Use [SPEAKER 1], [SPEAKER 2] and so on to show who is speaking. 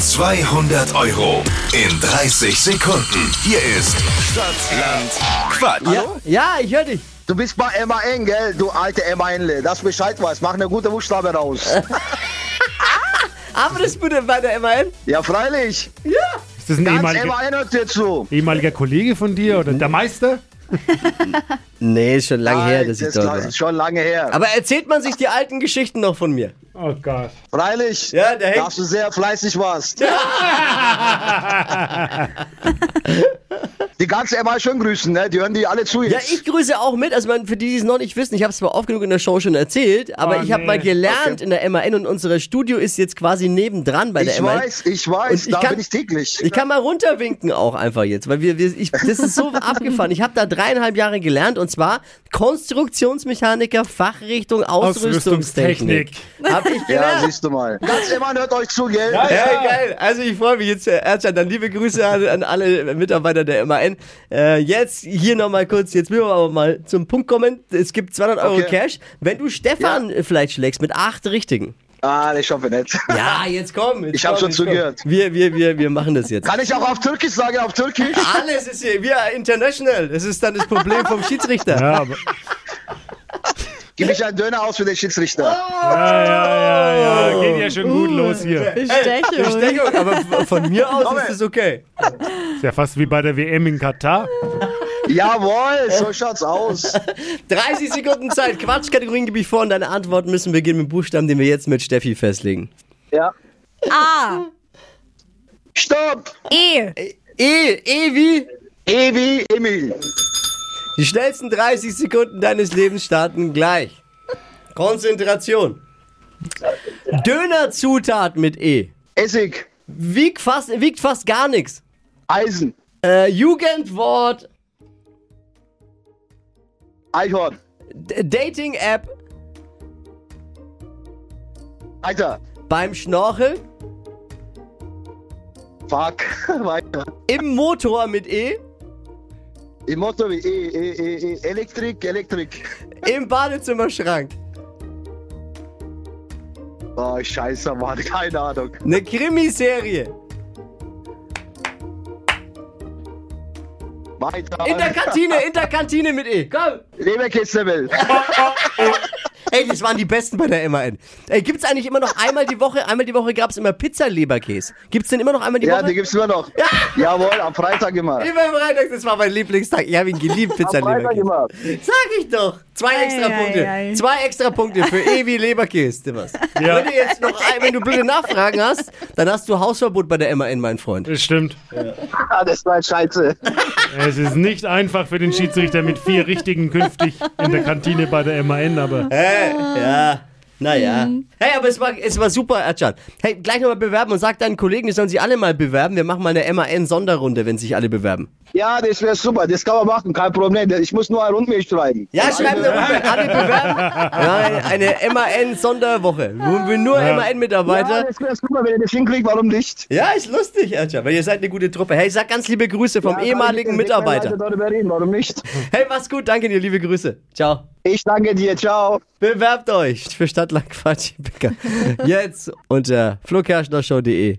[SPEAKER 1] 200 Euro in 30 Sekunden. Hier ist Stadtland Quatsch.
[SPEAKER 2] Ja, ja ich höre dich.
[SPEAKER 3] Du bist mal Emma Eng, gell? Du alte Emma Engle. Das Bescheid weiß. Mach eine gute Buchstabe raus.
[SPEAKER 2] Aber das bitte weiter immerhin.
[SPEAKER 3] ja, freilich.
[SPEAKER 4] Ist das ein
[SPEAKER 3] Ganz
[SPEAKER 4] ehemaliger,
[SPEAKER 3] Emma erinnert dir zu.
[SPEAKER 4] ehemaliger Kollege von dir oder der Meister?
[SPEAKER 2] Nee, ist schon lange her,
[SPEAKER 3] Nein,
[SPEAKER 2] dass ich
[SPEAKER 3] das
[SPEAKER 2] dort
[SPEAKER 3] ist
[SPEAKER 2] war.
[SPEAKER 3] schon lange her.
[SPEAKER 2] Aber erzählt man sich die alten Geschichten noch von mir?
[SPEAKER 4] Oh Gott.
[SPEAKER 3] Freilich,
[SPEAKER 2] Ja, der hängt-
[SPEAKER 3] dass du sehr fleißig warst. die ganze Emma schön grüßen, ne? Die hören die alle zu
[SPEAKER 2] Ja,
[SPEAKER 3] jetzt.
[SPEAKER 2] ich grüße auch mit. Also man, für die, die es noch nicht wissen, ich habe es zwar oft genug in der Show schon erzählt, aber
[SPEAKER 4] Oh,
[SPEAKER 2] ich habe
[SPEAKER 4] nee.
[SPEAKER 2] mal gelernt in der MAN und unser Studio ist jetzt quasi nebendran bei der
[SPEAKER 3] ich
[SPEAKER 2] MAN.
[SPEAKER 3] weiß, ich weiß,
[SPEAKER 2] Und ich
[SPEAKER 3] da
[SPEAKER 2] kann-
[SPEAKER 3] bin ich täglich.
[SPEAKER 2] Ich kann mal runterwinken auch einfach jetzt, weil wir, wir ich, das ist so abgefahren. Ich habe da dreieinhalb Jahre gelernt und zwar Konstruktionsmechaniker, Fachrichtung, Ausrüstungstechnik. Hab ich
[SPEAKER 3] ja,
[SPEAKER 2] gelernt.
[SPEAKER 3] siehst du mal. Ganz Emma hört euch zu, gell?
[SPEAKER 2] Ja, geil. Also ich freue mich jetzt, äh, ernsthaft, dann liebe Grüße an, an alle Mitarbeiter der MAN. Äh, jetzt hier nochmal kurz, jetzt will wir aber mal zum Punkt kommen. Es gibt 200 Euro
[SPEAKER 3] Okay.
[SPEAKER 2] Cash, wenn du Stefan vielleicht schlägst mit acht Richtigen.
[SPEAKER 3] Ah, ich hoffe nicht.
[SPEAKER 2] Ja, Ah, jetzt komm. Jetzt
[SPEAKER 3] Ich hab
[SPEAKER 2] komm,
[SPEAKER 3] schon
[SPEAKER 2] jetzt komm.
[SPEAKER 3] zugehört.
[SPEAKER 2] Wir, wir, wir, wir machen das jetzt.
[SPEAKER 3] Kann ich auch auf Türkisch sagen, auf Türkisch?
[SPEAKER 2] Alles ist hier, wir international. Das ist dann das Problem vom Schiedsrichter.
[SPEAKER 4] Ja, aber,
[SPEAKER 3] Gib ich einen Döner aus für den Schiedsrichter.
[SPEAKER 4] ja, ja, ja, ja. Geht ja schon gut los hier.
[SPEAKER 2] Bestechung. Bestechung, aber von mir aus ist es okay.
[SPEAKER 4] Ist ja fast wie bei der WM in Katar.
[SPEAKER 3] Jawohl, so schaut's aus.
[SPEAKER 2] 30 Sekunden Zeit, Quatschkategorien gebe ich vor und deine Antworten müssen beginnen mit Buchstaben, den wir jetzt mit Steffi festlegen.
[SPEAKER 3] Ja.
[SPEAKER 5] A.
[SPEAKER 3] Stopp!
[SPEAKER 5] E.
[SPEAKER 2] E, E wie?
[SPEAKER 3] Evi Emil.
[SPEAKER 2] Die schnellsten 30 Sekunden deines Lebens starten gleich. Konzentration. Dönerzutat mit E.
[SPEAKER 3] Essig.
[SPEAKER 2] Wiegt fast, wiegt fast gar nichts.
[SPEAKER 3] Eisen.
[SPEAKER 2] Äh, Jugendwort,
[SPEAKER 3] Eichhorn.
[SPEAKER 2] D- Dating-App
[SPEAKER 3] Weiter.
[SPEAKER 2] beim Schnorchel,
[SPEAKER 3] Fuck. Weiter.
[SPEAKER 2] im Motor mit E,
[SPEAKER 3] Im Motto wie E, E, E, E. Elektrik, Elektrik.
[SPEAKER 2] im Badezimmerschrank.
[SPEAKER 3] Oh, scheiße, Mann. Keine Ahnung.
[SPEAKER 2] Eine Krimiserie.
[SPEAKER 3] Weiter.
[SPEAKER 2] In der Kantine, in der Kantine mit E. Komm.
[SPEAKER 3] Leberkäsnebel.
[SPEAKER 2] Ey, das waren die besten bei der MAN. Ey, gibt's eigentlich immer noch einmal die Woche, einmal die Woche gab's immer Pizza-Leberkäse. Gibt's denn immer noch einmal die
[SPEAKER 3] Ja,
[SPEAKER 2] Woche?
[SPEAKER 3] die gibt's immer noch. Jawohl, am Freitag immer.
[SPEAKER 2] Immer Freitag, das war mein Lieblingstag. Ich habe ihn geliebt, Pizza
[SPEAKER 3] Am Freitag
[SPEAKER 2] Leberkäse.
[SPEAKER 3] immer.
[SPEAKER 2] Sag ich doch. Zwei extra
[SPEAKER 5] ei,
[SPEAKER 2] Punkte.
[SPEAKER 5] ei.
[SPEAKER 2] Zwei extra Punkte für Ewi Leberkäse, Dimmers.
[SPEAKER 4] Ja.
[SPEAKER 2] Wenn, du jetzt noch, ein- wenn du blöde Nachfragen hast, dann hast du Hausverbot bei der MAN, mein Freund.
[SPEAKER 4] Das stimmt.
[SPEAKER 3] Ah, das war scheiße.
[SPEAKER 4] Es ist nicht einfach für den Schiedsrichter mit vier Richtigen künftig in der Kantine bei der MAN, aber
[SPEAKER 2] Hey, ja. Naja. Mhm. Hey, aber es war, es war super, Ercan. Hey, gleich nochmal bewerben und sag deinen Kollegen, die sollen sich alle mal bewerben. Wir machen mal eine MAN-Sonderrunde, wenn sich alle bewerben.
[SPEAKER 3] Ja, das wäre super. Das kann man machen. Kein Problem. Ich muss nur ein Rundmail schreiben.
[SPEAKER 2] Ja, schreibt eine Runde, alle bewerben. Ja, eine MAN-Sonderwoche, wo wir nur
[SPEAKER 4] Ja.
[SPEAKER 3] Ja,
[SPEAKER 2] MAN-Mitarbeiter.
[SPEAKER 3] das wäre super. Wenn ihr das hinkriegt, warum nicht?
[SPEAKER 2] Ja, ist lustig, Ercan, weil ihr seid eine gute Truppe. Hey, sag ganz liebe Grüße vom
[SPEAKER 3] Ja,
[SPEAKER 2] ehemaligen
[SPEAKER 3] wir können
[SPEAKER 2] Mitarbeiter.
[SPEAKER 3] weiter Darüber reden. Warum nicht?
[SPEAKER 2] Hey, mach's gut, danke dir, liebe Grüße. Ciao.
[SPEAKER 3] Ich danke dir. Ciao.
[SPEAKER 2] Bewerbt euch für Stadtlandquatsch. Jetzt unter flokerschnershow.de.